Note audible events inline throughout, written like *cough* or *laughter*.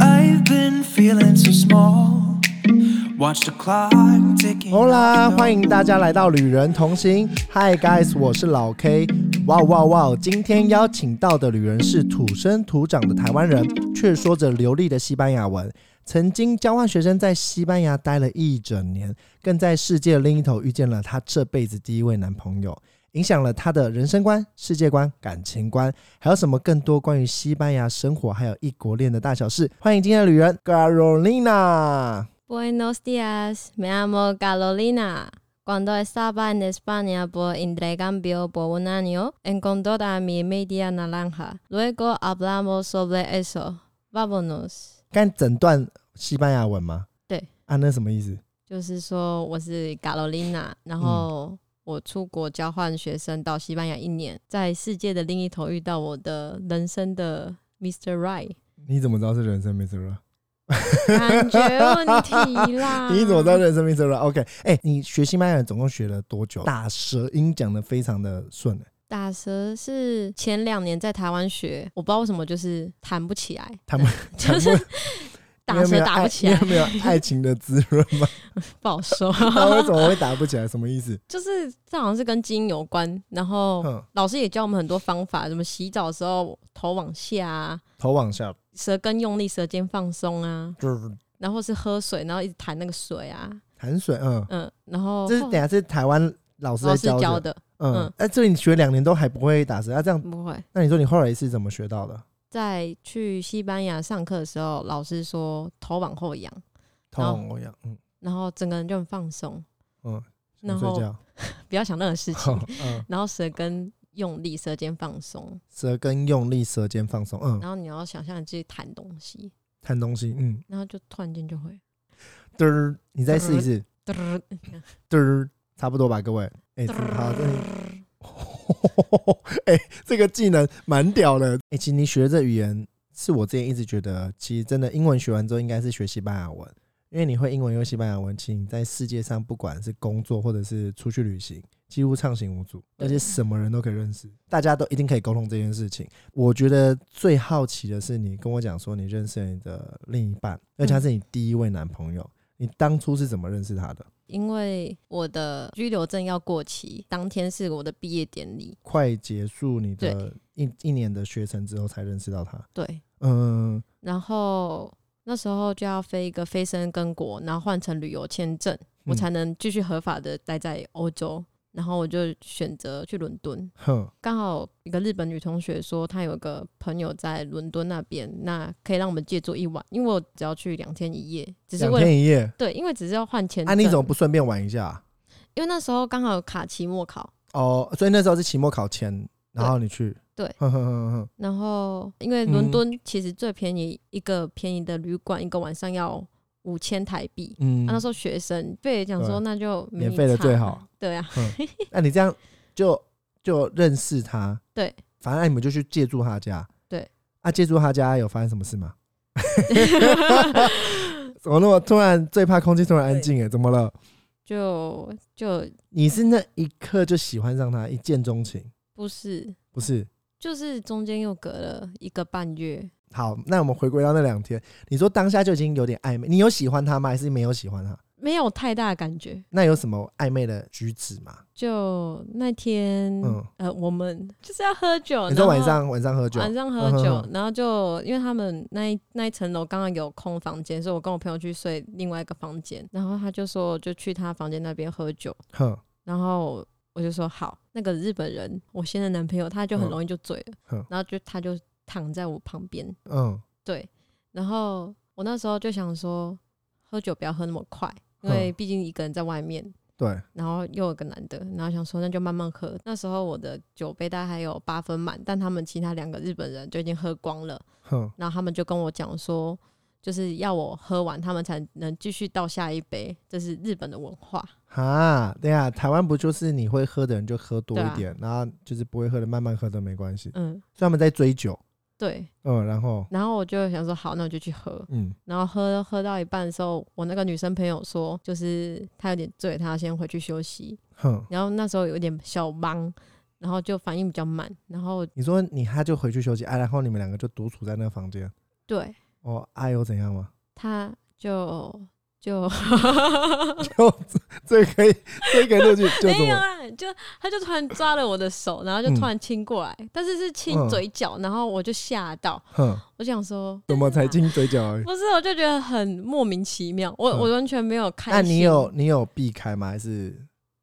I've been feeling so small. Watch the clock ticking. 好啦，欢迎大家来到旅人同行。Hi guys，我是老 K。哇哇哇！今天邀请到的旅人是土生土长的台湾人，却说着流利的西班牙文。曾经交换学生在西班牙待了一整年，更在世界另一头遇见了她这辈子第一位男朋友，影响了她的人生观、世界观、感情观，还有什么更多关于西班牙生活还有异国恋的大小事。欢迎今天的旅人 Carolina。 Buenos días, me llamo Carolina. Cuando estaba en España por intercambio por un año, encontré a mi media naranja. Luego hablamos sobre eso. Vámonos. 刚整段西班牙文吗？对啊，那什么意思？就是说我是 Carolina，然后我出国交换学生到西班牙一年，在世界的另一头遇到我的人生的 Mr. Right，你怎么知道是人生 m i s e r 感觉问题啦。你怎么知道人生 m i s e r o k 哎、你学西班牙语总共学了多久？打舌音讲的非常的顺、欸，打舌是前两年在台湾学，我不知道为什么就是弹不起来， *laughs* 弹不就是打因为没舌有打不爱起来因，为没有爱情的滋润 *laughs* 吗？不好 *laughs* 说。他为什么会打不起来？什么意思？就是这好像是跟基因有关，然后哼，老师也教我们很多方法，什么洗澡的时候头往下啊，头往下，舌根用力，舌尖放松啊，就是然后是喝水，然后一直弹那个水啊，含水，嗯，嗯，然后这是等下是台湾老师在老师教的，教的，嗯嗯，哎、这里你学两年都还不会打舌，那、啊这样，不会。那你说你后来是怎么学到的？在去西班牙上课的时候，老师说头往后仰，头然后往后仰，嗯然后整个人就很放松，嗯，然想后睡觉， *laughs* 不要想任何事情，好，嗯，然后舌根用力，舌尖放松，舌根用力，舌尖放松，嗯，然后你要想象你自己弹东西，弹东西，嗯，然后就突然间就会，嘚儿，你再试一次，嘚儿嘚儿，差不多吧，各位。哎、嘚儿好，这里， *laughs* 哎、这个技能蛮屌的。哎、其实你学这语言，是我之前一直觉得，其实真的英文学完之后，应该是学西班牙文，因为你会英文又西班牙文，其实你在世界上不管是工作或者是出去旅行，几乎畅行无阻，而且对什么人都可以认识，大家都一定可以沟通这件事情。我觉得最好奇的是，你跟我讲说你认识了你的另一半，而且他是你第一位男朋友，你当初是怎么认识他的？因为我的居留证要过期，当天是我的毕业典礼，快结束你的一一年的学程之后才认识到他。对，嗯，然后那时候就要飞一个飞升跟国，然后换成旅游签证，我嗯才能继续合法的待在欧洲。然后我就选择去伦敦，哼，刚好一个日本女同学说，她有个朋友在伦敦那边，那可以让我们借住一晚，因为我只要去两天一夜，只是两为了天一夜。对，因为只是要换签证。啊，你怎么不顺便玩一下啊、因为那时候刚好有卡期末考，哦，所以那时候是期末考前，然后你去。对哼哼哼哼，然后因为伦敦其实最便宜、一个便宜的旅馆，一个晚上要五千台币。嗯，啊、那时候学生对讲对说，那就没免费的差最好。对啊，那你这样就就认识他。对，反正你们就去借住他家。对，啊，借住他家有发生什么事吗？啊 *laughs* 怎么那么突然？最怕空气突然安静哎，怎么了？就就你是那一刻就喜欢上他，一见钟情，不是，不是？就是中间又隔了一个半月，好，那我们回归到那两天，你说当下就已经有点暧昧，你有喜欢他吗？还是没有喜欢他？没有太大的感觉。那有什么暧昧的举止吗？就那天，嗯呃，我们就是要喝酒，你说哦然后晚上晚上喝酒，晚上喝嗯哼酒，哼然后就因为他们那一那一层楼刚刚有空房间，所以我跟我朋友去睡另外一个房间，然后他就说就去他房间那边喝酒，哼，然后我就说好，那个日本人我现在男朋友他就很容易就醉了，嗯然后就他就躺在我旁边，嗯对，然后我那时候就想说喝酒不要喝那么快，因为嗯毕竟一个人在外面，对，然后又有个男的，然后想说那就慢慢喝。那时候我的酒杯大概还有八分满，但他们其他两个日本人就已经喝光了。哼，然后他们就跟我讲说，就是要我喝完，他们才能继续倒下一杯。这是日本的文化。哈，对啊，台湾不就是你会喝的人就喝多对一啊点，然后就是不会喝的慢慢喝都没关系，嗯，所以他们在追酒，对。嗯，然后然后我就想说好，那我就去喝。嗯，然后喝喝到一半的时候，我那个女生朋友说，就是她有点醉，她要先回去休息。哼，然后那时候有点小忙，然后就反应比较慢。然后你说你他就回去休息，啊，然后你们两个就独处在那个房间，对，哦，爱又怎样吗？ *laughs* 他就就就这个可以，这个可以录进去，就没这有啊么啦，就他就突然抓了我的手，然后就突然亲过来，但是是亲嗯嘴角，然后我就吓到，哼，我想说怎么才进嘴角而已？不是，我就觉得很莫名其妙，我、嗯我完全没有那开心。你有你有避开吗？还是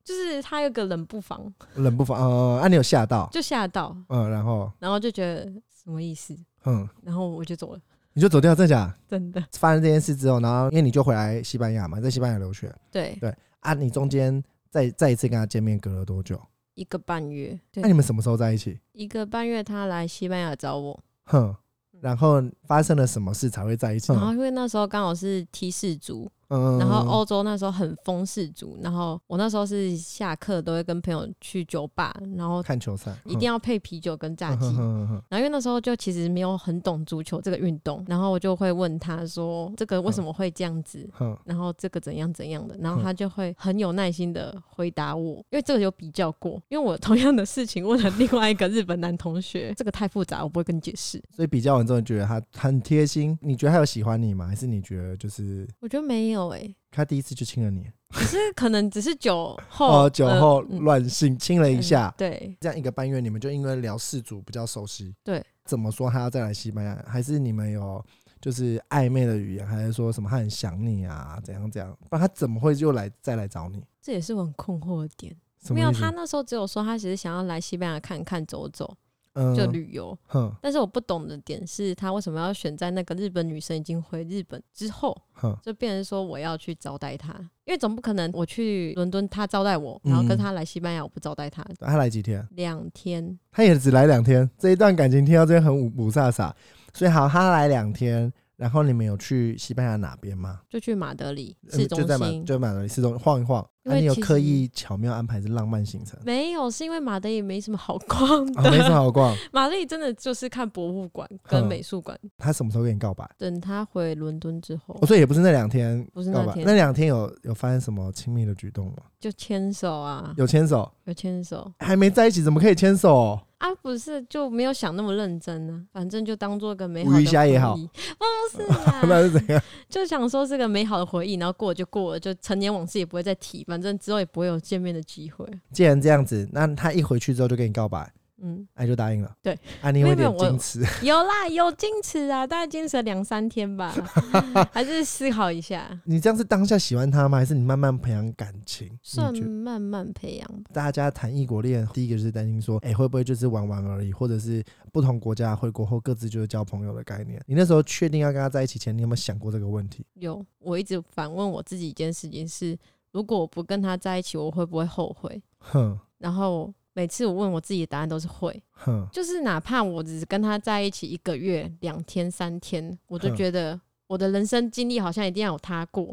就是他有个冷不防，冷不防？呃，那你有吓到？就吓到，嗯，然后然后就觉得什么意思，嗯，然后我就走了，你就走掉，真假？*laughs* 真的。发生这件事之后，然后因为你就回来西班牙嘛，在西班牙留学对，啊，你中间再再一次跟他见面隔了多久？一个半月，对那，你们什么时候在一起？一个半月他来西班牙找我，哼，然后发生了什么事才会在一起？嗯然后因为那时候刚好是 T 四族，嗯嗯，嗯然后哦欧洲那时候很风氏族，然后我那时候是下课都会跟朋友去酒吧，然后看球赛嗯一定要配啤酒跟炸鸡。哼然后因为那时候就其实没有很懂足球这个运动，然后我就会问他说这个为嗯什么会这样子，哼然后这个怎样怎样的，嗯然后他就会很有耐心的回答我，因为这个有比较过，因为我同样的事情问了另外一个日本男同学，这个太复杂，我不会跟你解释。所以比较完之后，你觉得他很贴心，你觉得他有喜欢你吗？还是你觉得就是我觉得没有诶、他第一次就亲了你？只是可能只是酒后哦，酒呃后嗯乱性亲了一下，对，这样一个半月，你们就因为聊氏族比较熟悉。对，怎么说他要再来西班牙？还是你们有就是暧昧的语言，还是说什么他很想你啊？怎样怎样？不然他怎么会又来再来找你？这也是我很困惑的点。什么没有，意思他那时候只有说他只是想要来西班牙看看走走，嗯就旅游。哼但是我不懂的点是他为什么要选在那个日本女生已经回日本之后，哼就变成说我要去招待他，因为总不可能我去伦敦他招待我，然后嗯跟他来西班牙我不招待他他来几天？两天。他也只来两天，这一段感情听到这边很五五煞煞，所以好，他来两天，然后你们有去西班牙哪边吗？就去呃马德里嗯市中就在马心，就马德里市中晃一晃。因那、为你有其刻实意巧妙安排是浪漫行 *laughs* 程，没有，是因为马德里没什么好逛 *laughs* 啊、的。没什么好逛。马德里真的就是看博物馆跟哼美术馆。他什么时候跟你告白？等他回伦敦之后哦，，所以也不是那两天不是那告白，天那两天有有发生什么亲密的举动吗？就牵手啊，有牵手，有牵手还没在一起怎么可以牵手、啊，不是就没有想那么认真呢、反正就当做个美好鱼的虾也回好忆，不是 *laughs* 啦，那是怎样？ *laughs* 就想说是个美好的回忆，然后过了就过了，就陈年往事也不会再提，反正之后也不会有见面的机会。 *laughs* 既然这样子，那他一回去之后就跟你告白，嗯，哎、就答应了。对，啊，你有一没有点没有我矜持， *laughs* 有啦，有矜持啊，大概矜持了两三天吧， *laughs* 还是思考一下，你这样是当下喜欢他吗？还是你慢慢培养感情？你算觉得慢慢培养吧。大家谈异国恋，第一个就是担心说，哎、会不会就是玩玩而已，或者是不同国家回国后各自就是交朋友的概念？你那时候确定要跟他在一起前，你有没有想过这个问题？有，我一直反问我自己一件事情是：如果我不跟他在一起，我会不会后悔？哼然后每次我问我自己的答案都是会，哼，就是哪怕我只是跟他在一起一个月、两天、三天，我都嗯觉得我的人生经历好像一定要有他 *laughs* 过。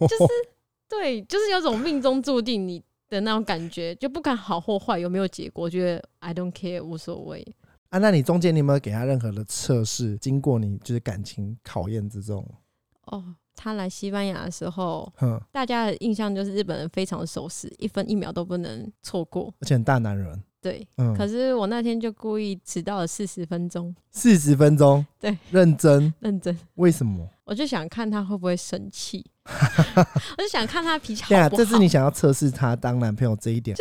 就是对，就是有种命中注定你的那种感觉，就不管好或坏，有没有结果，我觉得 I don't care，无所谓。啊，那你中间你有没有给他任何的测试？经过你就是感情考验之中，哦，他来西班牙的时候，哼，大家的印象就是日本人非常守时，一分一秒都不能错过。而且很大男人，对，可嗯，是我那天就故意迟到了四十分钟，四十分钟， *laughs* 对，认真，认真。为什么？我就想看他会不会生 *laughs* 气，我就想看他脾气对啊，好不好。这是你想要测试他当男朋友这一点，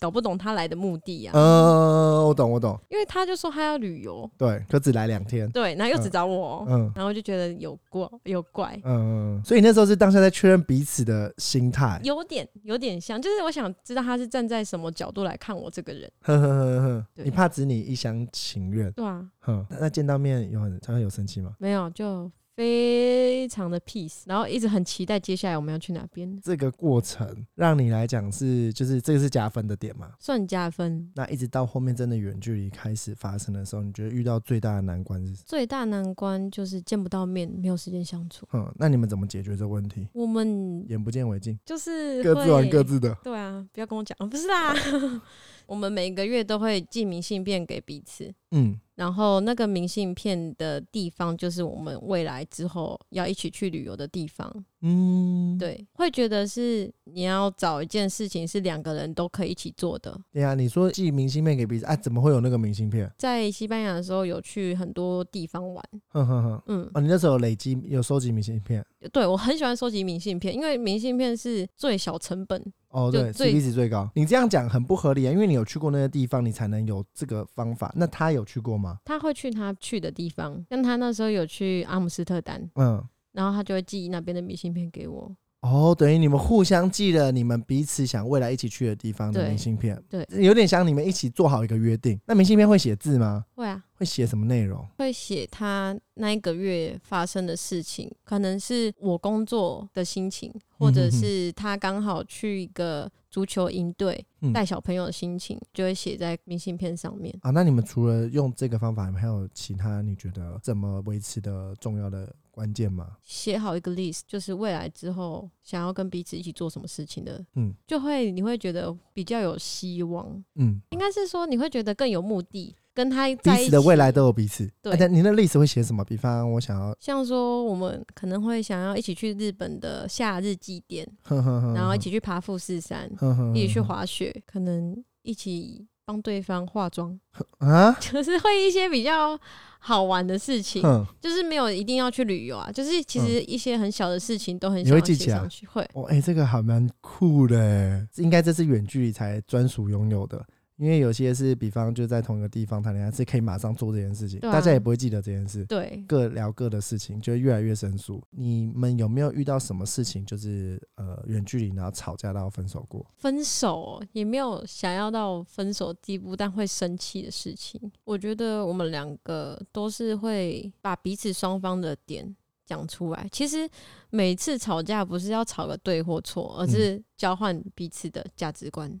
搞不懂他来的目的啊，嗯，我懂，我懂，因为他就说他要旅游，对，可只来两天，对，然后又只找我，嗯。然后就觉得有过有怪，嗯，所以那时候是当下在确认彼此的心态，有点有点像，就是我想知道他是站在什么角度来看我这个人，呵呵呵呵，对你怕只你一厢情愿，对啊，哼，那那见到面有很常常有生气吗？没有就非常的 peace，然后一直很期待接下来我们要去哪边，这个过程让你来讲是就是这个是加分的点嘛？算加分。那一直到后面真的远距离开始发生的时候，你觉得遇到最大的难关是什么？最大难关就是见不到面，没有时间相处。哼，那你们怎么解决这个问题？我们眼不见为净，就是各自玩会各自的。对啊，不要跟我讲，不是啦， *laughs* 我们每个月都会寄明信片给彼此，嗯，然后那个明信片的地方就是我们未来之后要一起去旅游的地方。嗯，。对，会觉得是你要找一件事情是两个人都可以一起做的。对呀，你说寄明信片给彼此，啊，怎么会有那个明信片？在西班牙的时候，有去很多地方玩，哼哼哼。嗯，哦，你那时候有累积有收集明信片对我很喜欢收集明信片，因为明信片是最小成本，哦，就对最，CP 值最高。你这样讲很不合理啊，因为你有去过那些地方，你才能有这个方法。那他有去过吗？他会去他去的地方，像他那时候有去阿姆斯特丹，嗯，然后他就会寄那边的明信片给我。哦，等于你们互相寄了你们彼此想未来一起去的地方的对明信片，对有点像你们一起做好一个约定。那明信片会写字吗？会啊，会写什么内容？会写他那一个月发生的事情，可能是我工作的心情，或嗯者是他刚好去一个足球营队嗯带小朋友的心情，就会写在明信片上面。啊，那你们除了用这个方法，你们还有其他你觉得怎么维持的重要的关键吗？写好一个 list，就是未来之后想要跟彼此一起做什么事情的，嗯就会你会觉得比较有希望，嗯，应该是说你会觉得更有目的，跟他彼在此一起的未来都有彼此。对啊但你那 list 会写什么？比方我想要，像说，我们可能会想要一起去日本的夏日祭典，哼哼嗯哼，然后一起去爬富士山，哼，哼哼哼，一起去滑雪，可能一起帮对方化妆， *laughs* 啊，就是会一些比较好玩的事情，哼，嗯就是没有一定要去旅游啊，就是其实一些很小的事情都很你想会要记写起来上去，会哦，哎、这个还蛮酷的欸，应该这是远距离才专属拥有的。因为有些是，比方就在同一个地方谈恋爱，是可以马上做这件事情，对啊大家也不会记得这件事。对。各聊各的事情，就会越来越生疏。你们有没有遇到什么事情，就是呃远距离然后吵架到分手过？分手哦也没有想要到分手的地步，但会生气的事情。我觉得我们两个都是会把彼此双方的点讲出来。其实每次吵架不是要吵个对或错，嗯而是交换彼此的价值观。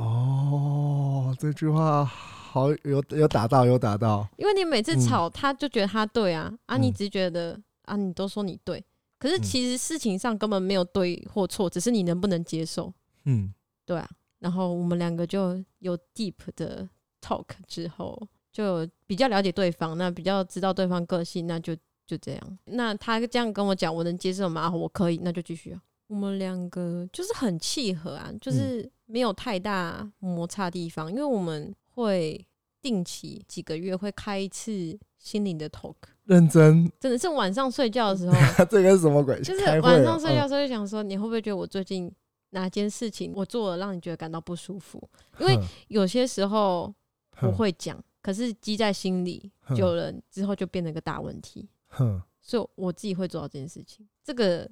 哦，这句话好有有打到，有打到。因为你每次吵，他就觉得他对啊，啊，嗯你只觉得啊，你都说你对，可是嗯其实事情上根本没有对或错，只是你能不能接受，嗯，对啊。然后我们两个就有 deep 的 talk 之后，就比较了解对方，那比较知道对方个性，那就就这样。那他这样跟我讲，我能接受吗？啊我可以，那就继续啊。我们两个就是很契合啊，就是没有太大摩擦地方，因为我们会定期几个月会开一次心灵的 talk， *laughs* 认真， *laughs* 真的是晚上睡觉的时候，这个是什么鬼？就是开会晚哦上睡嗯觉的时候就想说，你会不会觉得我最近哪件事情我做了让你觉得感到不舒服？因为哼有些时候我哼会讲，可是积在心里哼久了之后就变成一个大问题，哼所以我自己会做到这件事情。这个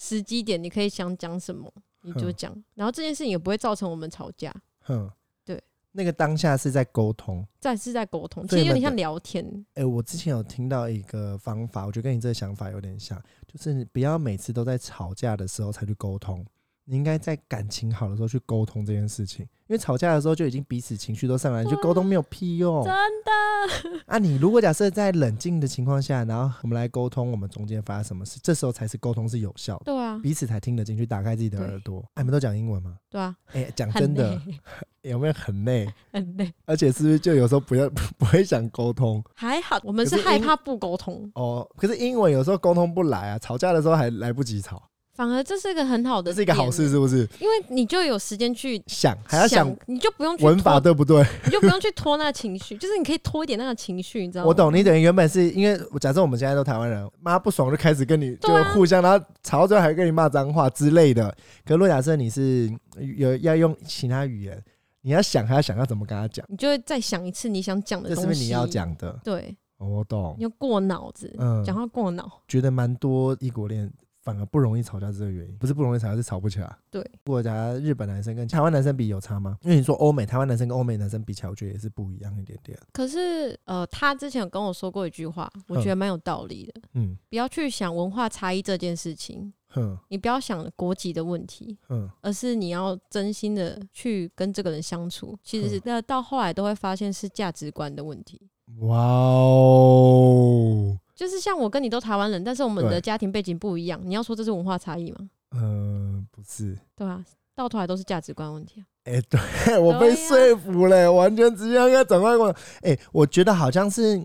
时机点，你可以想讲什么你就哼讲，然后这件事情也不会造成我们吵架，哼，对，那个当下是在沟通。再是在沟通，其所以实你有们点像的聊天。哎、我之前有听到一个方法，我觉得跟你这个想法有点像，就是你不要每次都在吵架的时候才去沟通，你应该在感情好的时候去沟通这件事情，因为吵架的时候就已经彼此情绪都上来，你去沟通没有屁用。真的，啊，你如果假设在冷静的情况下，然后我们来沟通，我们中间发生什么事，这时候才是沟通是有效的，对啊，彼此才听得进去，打开自己的对耳朵。哎、你们都讲英文吗？对啊，哎、讲很真的，累有没有很累？*laughs* 很累。而且是不是就有时候不要 *laughs* 不会想沟通还好，我们是可是害因怕不沟通，哦？可是英文有时候沟通不来啊，吵架的时候还来不及吵，反而这是一个很好的，这是一个好事，，是不是？因为你就有时间去想还要想你就不用去文法拖，对不对？ *laughs* 你就不用去拖那情绪，就是你可以拖一点那个情绪，你知道吗？我懂，你等于原本是因为假设我们现在都台湾人，妈不爽就开始跟你就对啊互相，然后吵到最后还跟你骂脏话之类的。可若假设你是有要用其他语言，你要想还要想要怎么跟他讲，你就会再想一次你想讲的这东是不西。是你要？讲的？对，哦我懂你，要过脑子，嗯讲、话过脑。觉得蛮多异国恋反而不容易吵架，是这个原因不是不容易吵架，是吵不起来。对，如果假如日本男生跟台湾男生比有差吗？因为你说欧美台湾男生跟欧美男生比起来，我觉得也是不一样一点点。可是呃，他之前有跟我说过一句话，我觉得蛮有道理的，嗯不要去想文化差异这件事情。哼你不要想国籍的问题，哼，而是你要真心的去跟这个人相处。其实嗯那到后来都会发现是价值观的问题。哇哦！就是像我跟你都台湾人，但是我们的对家庭背景不一样，你要说这是文化差异吗？嗯，不是。对啊，到头来都是价值观问题啊。哎、对我被说服了，完全直接要跟他转过来跟我。哎、我觉得好像是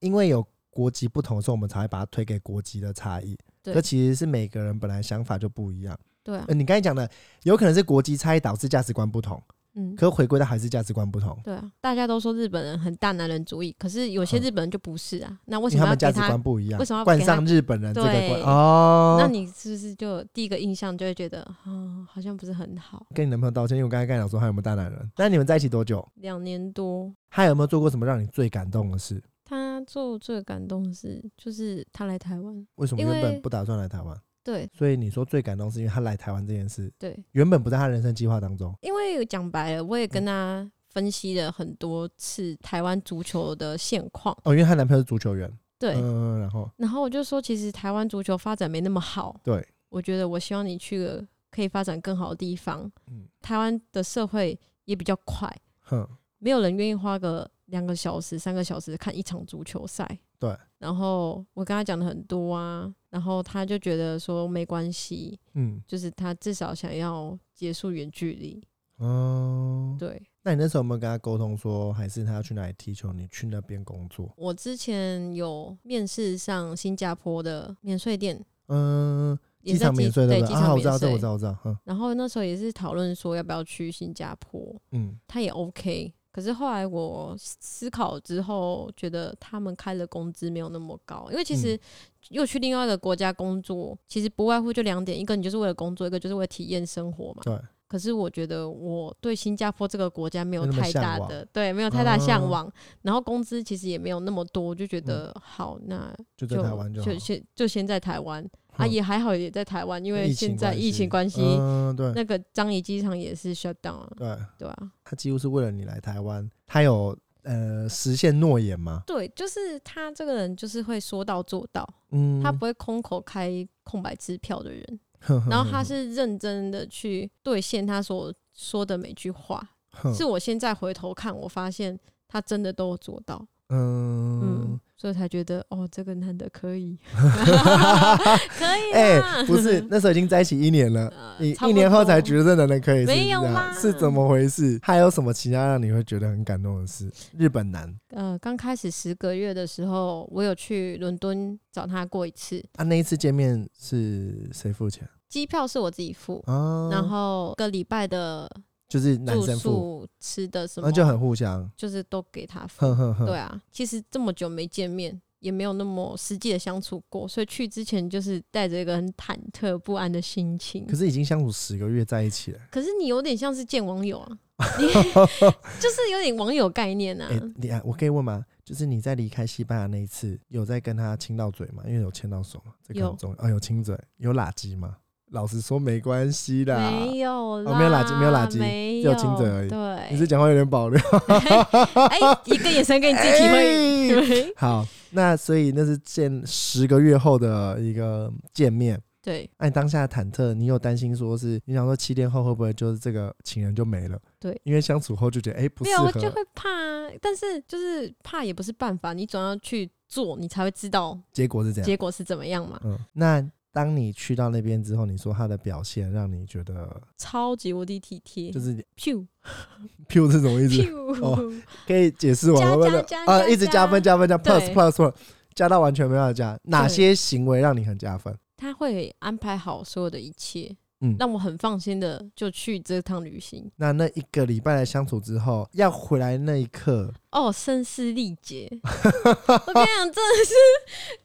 因为有国籍不同的时候，我们才会把它推给国籍的差异。对这其实是每个人本来想法就不一样。对啊呃，你刚才讲的，有可能是国籍差异导致价值观不同，嗯，可回归到还是价值观不同，对啊，大家都说日本人很大男人主义，可是有些嗯日本人就不是啊，那为因什为他么要们给价值他观？不一样。为什么要冠给他上日本人这个冠？对哦，那你是不是就第一个印象就会觉得，嗯，好像不是很好？跟你男朋友道歉，因为我刚才跟你讲说他有没有大男人。那你们在一起多久？两年多，他有没有做过什么让你最感动的事？他做最感动的事就是他来台湾，为什么因为原本不打算来台湾？对所以你说最感动是因为他来台湾这件事，对，原本不在他人生计划当中。因为讲白了，我也嗯跟他分析了很多次台湾足球的现况，哦，因为她男朋友是足球员。对，嗯，然后然后我就说，其实台湾足球发展没那么好，对，我觉得我希望你去了可以发展更好的地方，嗯台湾的社会也比较快，哼，没有人愿意花个两个小时、三个小时看一场足球赛。对。然后我跟他讲了很多啊，然后他就觉得说没关系，嗯，就是他至少想要结束远距离。哦，对那你那时候有没有跟他沟通说，还是他要去哪里踢球，你去那边工作？我之前有面试上新加坡的免税店，嗯，也机是在场免税对对不机对？场啊，我免知道，这税我知道，我知道。嗯然后那时候也是讨论说要不要去新加坡，嗯，他也 OK。可是后来我思考之后，觉得他们开的工资没有那么高，因为其嗯实又去另外一个国家工作，其实不外乎就两点：一个你就是为了工作，一个就是为了体验生活嘛。对。可是我觉得我对新加坡这个国家没有没那么太大向往的对，没有太大向哦往，然后工资其实也没有那么多，我就觉得好，那嗯就在就台湾就好。就先就先在台湾啊，嗯也还好，也在台湾，因为现在疫情关系，嗯，对那个樟宜机场也是 shut down 啊，对，对啊，他几乎是为了你来台湾，他有呃实现诺言吗？对，就是他这个人就是会说到做到，嗯，他不会空口开空白支票的人，哼，哼然后他是认真的去兑现他所说的每句话。哼是我现在回头看，我发现他真的都有做到，嗯嗯，，所以才觉得哦，这个男的 *laughs* 可以，可以哎、啦，不是，那时候已经在一起一年了。啊 *laughs* 呃你差一不年后多才觉得这男人可以，是不是没有这样啦是怎么回事？还有什么其他让你会觉得很感动的事？日本男呃，刚开始十个月的时候，我有去伦敦找他过一次，啊，那一次见面是谁付钱机票是我自己付，啊？然后个礼拜的就是男住生付，宿、吃的什那么，就很互相，就是都给他付。哼哼哼。对啊，其实这么久没见面，也没有那么实际的相处过，所以去之前就是带着一个很忐忑不安的心情。可是已经相处十个月在一起了，可是你有点像是见网友 *laughs* 啊，你 *laughs* 就是有点网友概念啊哎、。你啊，我可以问吗？就是你在离开西班牙那一次，有在跟他亲到嘴吗？因为有牵到手嘛，这个有很重要。哦，有亲嘴，有垃圾吗？老实说，没关系啦。没有啦、哦没有垃圾没有垃圾没只有有亲嘴而已你对，是讲话有点保留， *laughs* 哎、一个眼神给你自己体会。哎好，那所以那是见十个月后的一个见面。对那、你当下的忐忑，你有担心说是你想说七天后会不会就是这个情人就没了？对，因为相处后就觉得哎、不没适有合，就会怕啊，但是就是怕也不是办法，你总要去做，你才会知道结果是这样。结果是怎么样嘛。嗯，那当你去到那边之后，你说他的表现让你觉得超级无敌体贴，就是 pew ，Q 是什哦么意思？ *laughs* pew，可以解释完加吗？不然加加啊，加一直加分加分加 plus 对 plus plus，加到完全没办法加。哪些行为让你很加分？ *laughs* 他会安排好所有的一切，嗯让我很放心的就去这趟旅行。那那一个礼拜的相处之后，要回来那一刻，哦，声嘶力 *laughs* 竭，我跟你讲，真的是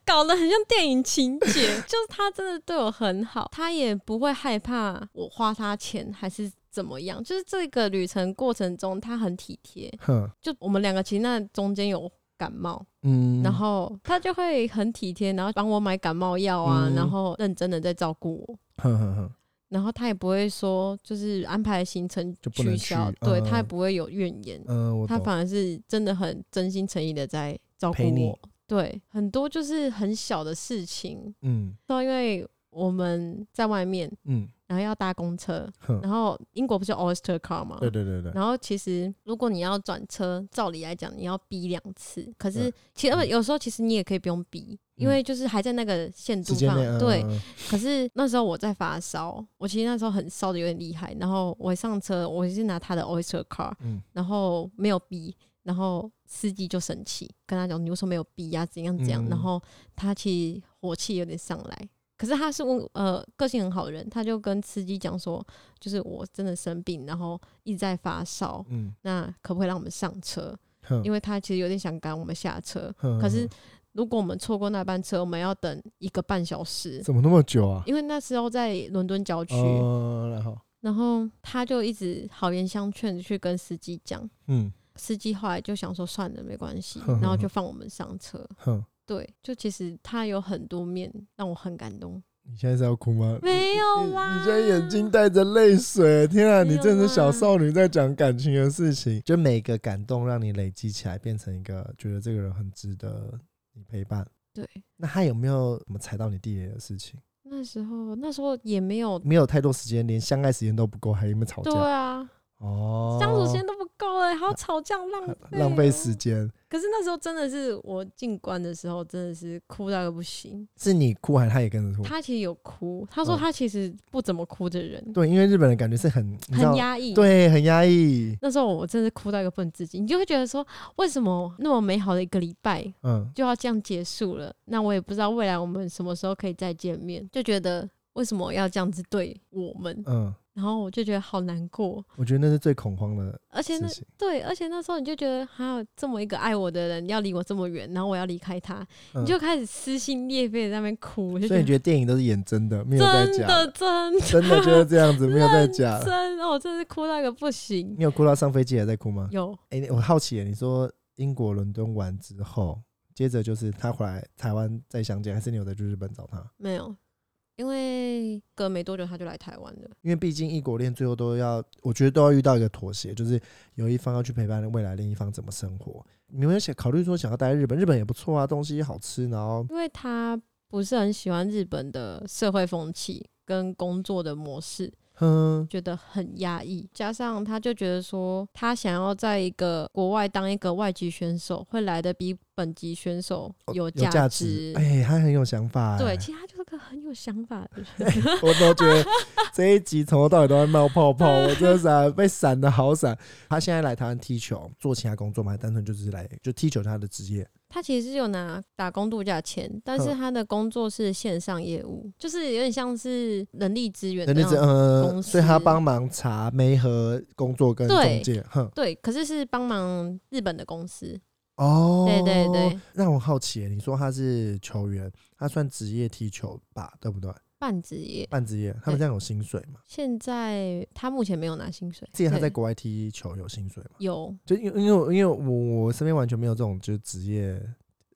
搞得很像电影情节。就是他真的对我很好，他也不会害怕我花他钱还是怎么样。就是这个旅程过程中，他很体贴。哼，就我们两个其实那中间有感冒，嗯，然后他就会很体贴，然后帮我买感冒药啊，嗯然后认真的在照顾我。哼哼哼，然后他也不会说就是安排行程就不能取消，去对、嗯他也不会有怨言，嗯，我他懂。反而是真的很真心诚意的在照顾陪你我。对，很多就是很小的事情，嗯说因为我们在外面，嗯，然后要搭公车，哼，然后英国不是有 Oyster Car 吗？对对对对，然后其实如果你要转车，照理来讲你要逼两次，可是对嗯其实呃有时候其实你也可以不用逼，因为就是还在那个限度时间上内，嗯，对。嗯，嗯可是那时候我在发烧，我其实那时候很烧的有点厉害，然后我一上车我是拿他的 Oyster Car，嗯然后没有逼，然后司机就生气，跟他讲你为什么没有逼呀、怎样怎样，嗯然后他其实火气有点上来。可是他是问呃个性很好的人，他就跟司机讲说，就是我真的生病，然后一直在发烧，嗯，那可不可以让我们上车？哼因为他其实有点想赶我们下车，哼可是如果我们错过那班车，我们要等一个半小时，怎么那么久啊？因为那时候在伦敦郊区，哦，然后然后他就一直好言相劝的去跟司机讲，嗯司机后来就想说算了，没 *laughs* 关系哼哼，哼然后就放我们上车。哼，对，就其实他有很多面让我很感动，你现在是要哭吗？没有你啦，你现在眼睛带着泪水，天啊！没有你真的是小啦少女在讲感情的事情，就每个感动让你累积起来，变成一个觉得这个人很值得你陪伴。对。那他有没有什么踩到你地雷的事情？那时候，那时候也没有，没有太多时间，连相爱时间都不够，还有没有吵对架？啊，哦，相处时间都不够哎、还要吵架浪费哦、浪费时间，可是那时候真的是我进关的时候，真的是哭到一个不行。是你哭还是他也跟着哭？他其实有哭，他说嗯他其实不怎么哭的人，对，因为日本人感觉是很你知道很压抑。，对，很压抑。那时候我真的是哭到一个不能自己，你就会觉得说，为什么那么美好的一个礼拜嗯，就要这样结束了？那我也不知道未来我们什么时候可以再见面，就觉得为什么要这样子对我们？嗯，然后我就觉得好难过，我觉得那是最恐慌的而且事那情。对，而且那时候你就觉得还有这么一个爱我的人要离我这么远，然后我要离开他，嗯你就开始撕心裂肺的在那边哭，我就所以你觉觉得电影都是演真的，没有在得假真的，的真的真的就是 *laughs* 这样子，没有在假的。真的，我真的是哭到一个不行。你有哭到上飞机还在哭吗？有，哎、我好奇耶，你说英国伦敦玩之后，接着就是他回来台湾再相见，还是你有再去日本找他？没有，因为隔没多久他就来台湾了。因为毕竟异国恋最后都要，我觉得都要遇到一个妥协，就是有一方要去陪伴未来另一方怎么生活。你有没有想考虑说想要待在日本？日本也不错啊，东西好吃，然后因为他不是很喜欢日本的社会风气跟工作的模式，哼，觉得很压抑。加上他就觉得说，他想要在一个国外当一个外籍选手，会来的比本籍选手有哦有价值。哎、他很有想法、哎对，其实他就是个很有想法的人。我都觉得这一集从头到尾都在冒泡泡，我真的是啊被闪的好闪。他现在来台湾踢球，做其他工作嘛，单纯就是来就踢球是他的职业。他其实是有拿打工度假钱，但是嗯他的工作是线上业务，就是有点像是人力资源那那就样是呃，公司所以他帮忙查媒和工作跟中对介，哼，对，可是是帮忙日本的公司。哦，对对对，让我好奇耶，你说他是球员，他算职业踢球吧，对不对？半职业。半职业，他们对这样有薪水吗？现在他目前没有拿薪水。之前他在对国外踢球有薪水吗？有，就因为因为我因为我我身边完全没有这种就是职业，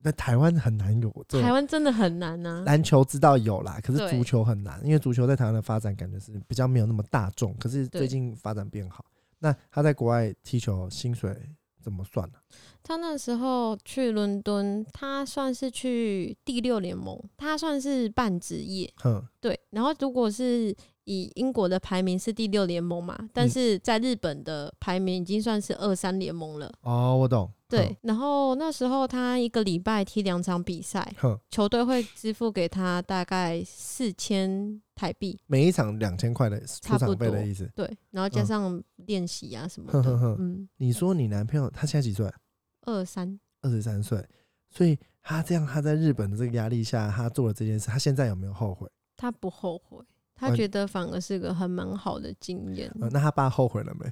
在台湾很难有这种台湾真的很难啊呐、篮球知道有啦，可是嗯对足球很难，因为足球在台湾的发展感觉是比较没有那么大众，可是最对近发展变好。那他在国外踢球薪水怎么算呢、啊他那时候去伦敦，他算是去第六联盟，他算是半职业。哼，对，然后如果是以英国的排名是第六联盟嘛，但嗯是在日本的排名已经算是二三联盟了。哦，我懂。对，然后那时候他一个礼拜踢两场比赛，哼，哼，球队会支付给他大概四千台币，每一场两千块的出差不场费的多意思。对，然后加上练习啊什么嗯哼哼的哼，嗯，你说你男朋友他现在几岁？二三二十三岁，所以他这样他在日本的这个压力下，他做了这件事，他现在有没有后悔？他不后悔，他完觉得反而是个很蛮好的经验。 *laughs* 呃那他爸后悔了没？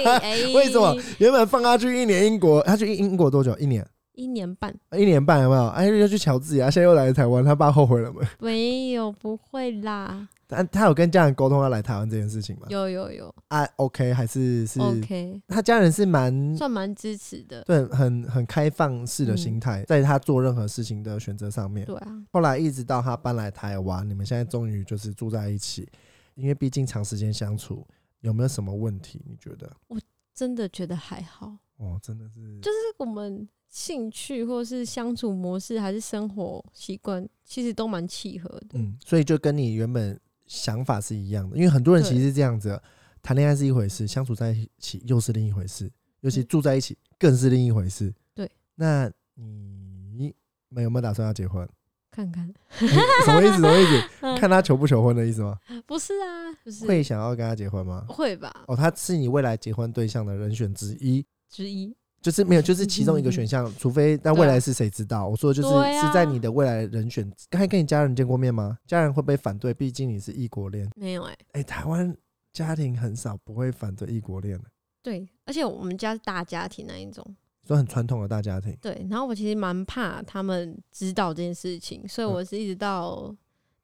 哎 *laughs* 为什么？原本放他去一年英国，他去英英国多久？一年，一年半呃一年半有没有？哎，要去乔治亚，现在又来台湾，他爸后悔了没？没有，不会啦， *laughs* 但他有跟家人沟通要来台湾这件事情吗？有有有啊，OK，还是是，OK，他家人是蛮算蛮支持的。对很很开放式的心态，在他做任何事情的选择上面。嗯对啊，后来一直到他搬来台湾，你们现在终于就是住在一起，因为毕竟长时间相处，有没有什么问题？你觉得？真的觉得还好，哦，真的是，就是我们兴趣或是相处模式还是生活习惯，其实都蛮契合的。嗯，所以就跟你原本想法是一样的，因为很多人对其实是这样子的，谈恋爱是一回事，相处在一起又是另一回事，尤其嗯住在一起更是另一回事。对，那你们有没有打算要结婚？ *laughs* 看看， *laughs* 什么意思？什么意思？嗯看他求不求婚的意思吗？不是啊，就是会想要跟他结婚吗？会吧哦，他是你未来结婚对象的人选之一。之一。就是没有，就是其中一个选项，除非但嗯对啊未来是谁知道？我说的就是、对啊是在你的未来人选，刚才跟你家人见过面吗？家人会不会反对？毕竟你是异国恋，没有哎、哎、台湾家庭很少不会反对异国恋的，对，而且我们家是大家庭那一种，说很传统的大家庭。对。然后我其实蛮怕他们知道这件事情，嗯所以我是一直到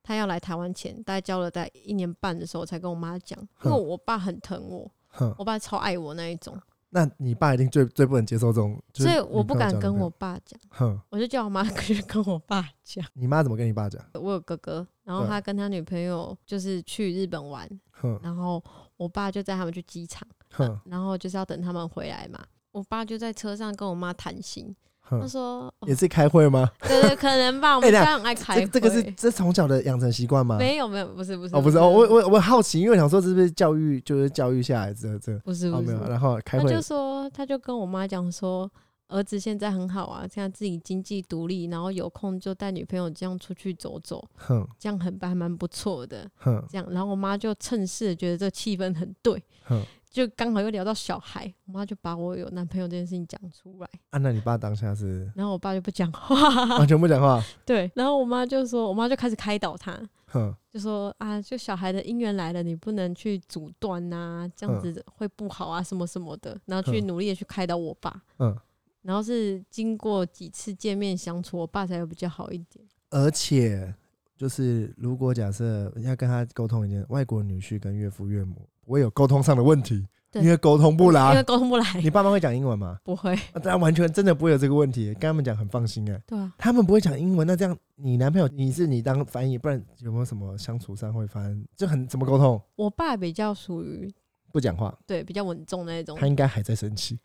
他要来台湾前，大概交了大概一年半的时候，我才跟我妈讲，因为哼我爸很疼我，哼，我爸超爱我那一种，那你爸一定最最不能接受这种，就是所以我不敢女朋友交跟男朋我友。爸讲，哼，我就叫我妈 *laughs* 去跟我爸讲。你妈怎么跟你爸讲？我有哥哥，然后对他跟他女朋友就是去日本玩， *laughs* 哼然后我爸就载他们去机场，哼然后就是要等他们回来嘛。我爸就在车上跟我妈谈心，他哼，说：“哦也是开会吗？ *laughs* 对对，可能吧，我嗯们哎等家下很爱开这会。这个是这从小的养成习惯吗？没有没有，不是不是哦，不是哦，我我我好奇，因为想说是不是教育就是教育下来这这不是哦不没有，是，然后开他会就说他就跟我妈讲说。”儿子现在很好啊，现在自己经济独立，然后有空就带女朋友这样出去走走，哼这样很还蛮不错的。哼这样，然后我妈就趁势觉得这气氛很对，哼，就刚好又聊到小孩，我妈就把我有男朋友这件事情讲出来，啊，那你爸当下是然后我爸就不讲话，完全不讲话，对，然后我妈就说，我妈就开始开导他，哼就说啊，就小孩的姻缘来了，你不能去阻断呐、这样子会不好啊，什么什么的，然后去嗯努力的去开导我爸，嗯，然后是经过几次见面相处，我爸才有比较好一点，而且就是如果假设要跟他沟通一件，外国女婿跟岳父岳母不会有沟通上的问题，对因为沟通不因为来。沟通不来，啊你爸妈会讲英文吗？不会，啊当然完全真的不会有这个问题，跟他们讲很放心哎、对啊，他们不会讲英文，那这样你男朋友你是你当翻译，不然有没有什么相处上会发生就很怎么沟通？我爸比较属于不讲话，对比较稳重那一种他，应该还在生气。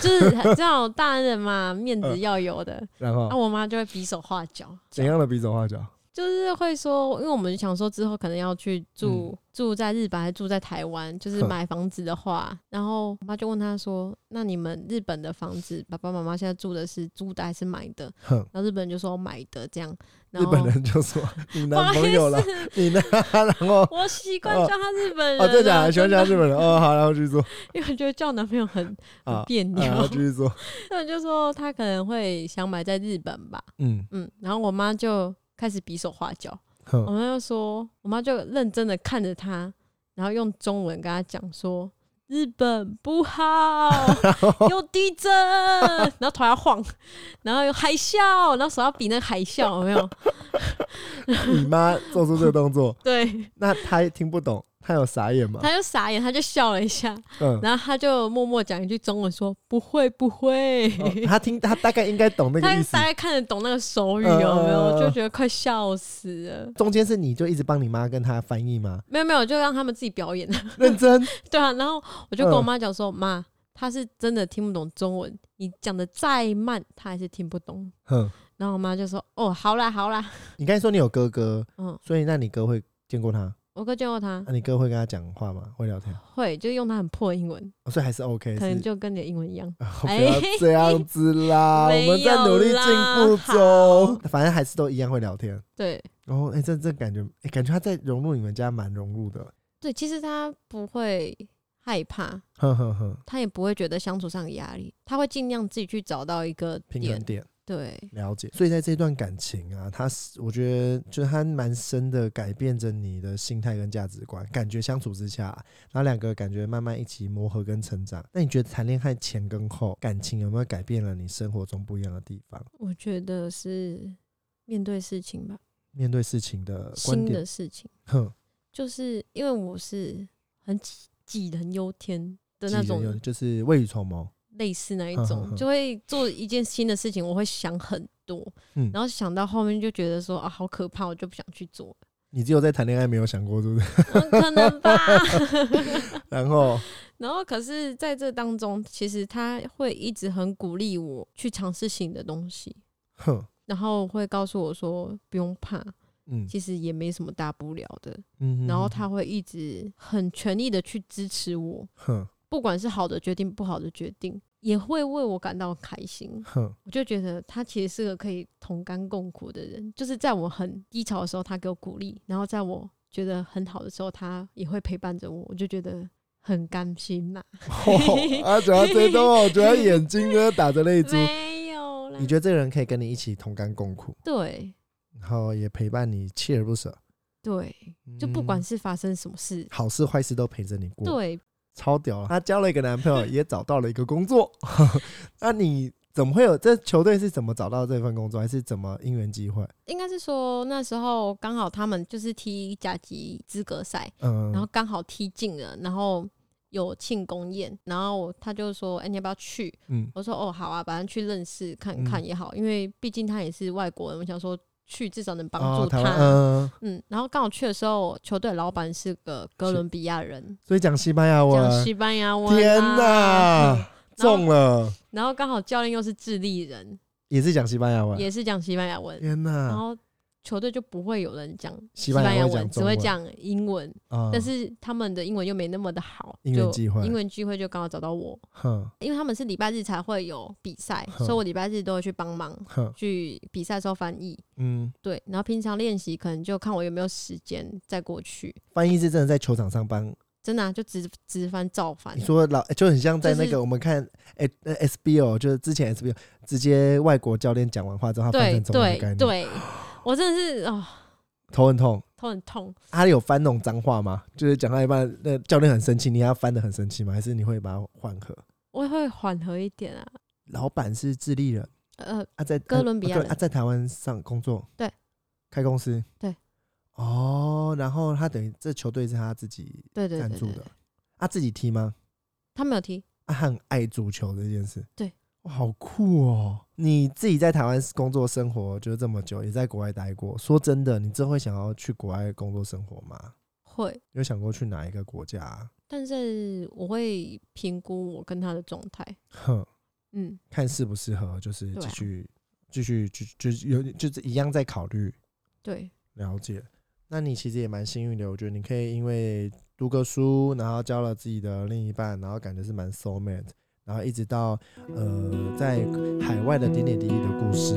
就是这种大人嘛，面子要有的。然那、后啊我妈就会比手画脚，嗯怎样的比手画脚？就是会说，因为我们想说之后可能要去住、住在日本还是住在台湾，就嗯是哼买房子的话，然后我妈就问她说：“那你们日本的房子，爸爸妈妈现在住的是租的还是买的哼？”，然后日本人就说买的这样，然日后本 *laughs* 人就说 *laughs* 你不好男意思朋友了，你男， *laughs* 然后我习惯哦叫他日本人了、哦，真的假的？喜欢讲真的日本人哦，好，然后继续说 *laughs* 因为我觉得叫男朋友很很啊， *laughs* 别扭，然后继续说，他们就说他可能会想买在日本吧，嗯，嗯，然后我妈就开始比手画脚，我哼，妈就说，我妈就认真的看着她，然后用中文跟她讲说，日本 *laughs* 不好，有地震， *laughs* 然后头要晃，然后有海啸，然后手要比那个海啸，有没 *laughs* 有？你妈做出这个动作，对， *laughs* 那他听不懂，他有傻眼吗？她就傻眼，她就笑了一下，嗯，然后她就默默讲一句中文说，不会，不会。哦他听他大概应该懂那她个意思大。概看得懂那个手语有嗯没有，嗯嗯就觉得快笑死了。中间是你就一直帮你妈跟他翻译吗？没有没有，就让他们自己表演。认真， *laughs* 对啊，然后我就跟我嗯妈讲说，妈、她是真的听不懂中文，你讲的再慢，她还是听不懂。哼，然后我妈就说，哦，好啦好啦，你刚才说你有哥哥，嗯，所以那你哥会见过他？我哥见过她，那你哥会跟他讲话吗？会聊天？会就用她很破的英文，哦所以还是 OK，可是能就跟你的英文一样。哦不哎要这样子 *laughs* 啦，我没有们在努力进步中，反正还是都一样会聊天。对然后，哎，这这感觉，哎，感觉他在融入你们家蛮融入的，对，其实她不会害怕，哼哼哼，她也不会觉得相处上有压力，她会尽量自己去找到一个平衡点。点对，了解。所以在这段感情啊，他是我觉得就是他蛮深的改变着你的心态跟价值观，感觉相处之下，啊然后两个感觉慢慢一起磨合跟成长。那你觉得谈恋爱前跟后感情有没有改变了你生活中不一样的地方？我觉得是面对事情吧，面对事情的呃观新点的，事情，哼，就是因为我是很杞杞人忧天的杞那人种忧就是未雨绸缪。类似那一哼哼种，哼就会做一件新的事情，我会想很多， *laughs* 嗯然后想到后面就觉得说啊，好可怕，我就不想去做，你只有在谈恋爱没有想过，是不是？ *laughs* 嗯可能吧。然后，然后可是在这当中，其实他会一直很鼓励我去尝试新的东西，哼，然后会告诉我说不用怕，嗯其实也没什么大不了的。嗯，然后他，会一直很全力的去支持我，哼不管是好的决定，不好的决定。也会为我感到开心，哼，我就觉得他其实是个可以同甘共苦的人，就是在我很低潮的时候，他给我鼓励，然后在我觉得很好的时候，他也会陪伴着我，我就觉得很甘心呐、 *laughs* 哦啊，讲到这些东西，我觉得眼睛都打着 *laughs* 泪珠。没有啦你，觉得这个人可以跟你一起同甘共苦，对然后也陪伴你锲而不舍，对，就不管嗯是发生什么事，好事坏事都陪着你过，，对超屌 *laughs* 啊！她交了一个男朋友，也找到了一个工作。 *laughs* 那你怎么会有这球队是怎么找到这份工作，还是怎么因缘机会？应该是说那时候刚好他们就是踢甲级资格赛，嗯，然后刚好踢进了，然后有庆功宴，然后我他就说：“哎、你要不要去嗯？”我说：“哦，好啊，反正去认识看看嗯也好，因为毕竟他也是外国人，我想说去至少能帮哦助台他。湾，嗯，嗯，然后刚好去的时候，球队老板是个哥是伦比亚人，所以讲西班牙讲文，西班牙文、天哪！哪，中了，然后刚好教练又是智利人，也是讲西班牙文，也是讲西班牙文，天然哪，后球队就不会有人讲西西班牙班牙会讲文，只中会文讲英文。嗯但是他们的英文又没那么的好，因缘际会就英文聚会就刚好找到我，哼因为他们是礼拜日才会有比赛，哼所以我礼拜日都会去帮忙，哼，去比赛的时候翻译。嗯，对，然后平常练习可能就看我有没有时间再过去，翻译是真的在球场上班，真的啊、就直直翻照翻你。说老欸就很像在那就是个我们看 S S B O，就是之前 S B O 直接外国教练讲完话之后，他翻对成中文的概对念，，对，我真的是哦，头很痛。头很痛。他有翻那种脏话吗？就是讲到一半，那教练很生气，你要翻的很生气吗？还是你会把它缓和？我也会缓和一点啊，老板是智利人，呃，啊在哥伦比亚啊人对啊在台湾上工作，对，开公司，对，哦，然后他等于这球队是他自己对对赞对助对的，，他自己踢吗？他没有踢，啊，他很爱足球这件事，对，哇，好酷哦！你自己在台湾工作生活就这么久，也在国外待过，说真的，你真会想要去国外工作生活吗？会，有想过去哪一个国家啊、但是我会评估我跟他的状态，哼。嗯，看适不适合，就是对继啊续、继续就就是有就是一样在考虑对，了解。那你其实也蛮幸运的，我觉得你可以因为读个书，然后交了自己的另一半，然后感觉是蛮 soul mate，然后一直到呃在海外的点点滴滴的故事。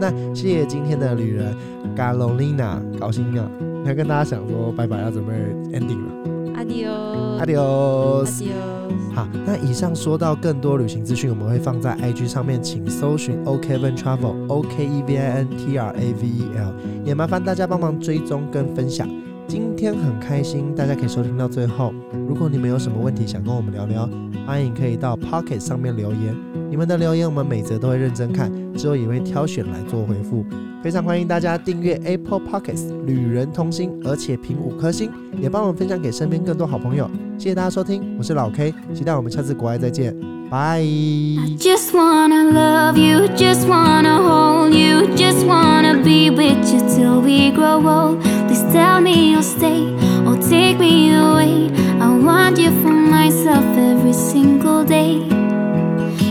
那谢谢今天的旅人 Carolina，高兴啊！要跟大家想说拜拜，要准备 ending 了阿迪哦， ，adios。 Adios 好，那以上说到更多旅行资讯，我们会放在 IG 上面，请搜寻 OKVN Travel O K E V I N T R A V E L，也麻烦大家帮忙追踪跟分享。今天很开心，大家可以收听到最后。如果你们有什么问题想跟我们聊聊，欢迎可以到 Pocket 上面留言。你们的留言我们每则都会认真看，之后也会挑选来做回复。非常欢迎大家订阅 Apple Pockets 旅人同心，而且评五颗星，也帮我们分享给身边更多好朋友。谢谢大家收听，我是老 K，期待我们下次国外再见，拜。 I just wanna love you, just wanna hold you, just wanna be with you till we grow old. Please tell me you'll stay or take me away. I want you for myself every single day.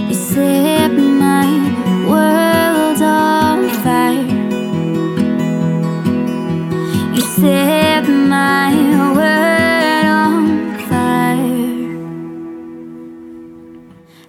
You set my world on fire. You set my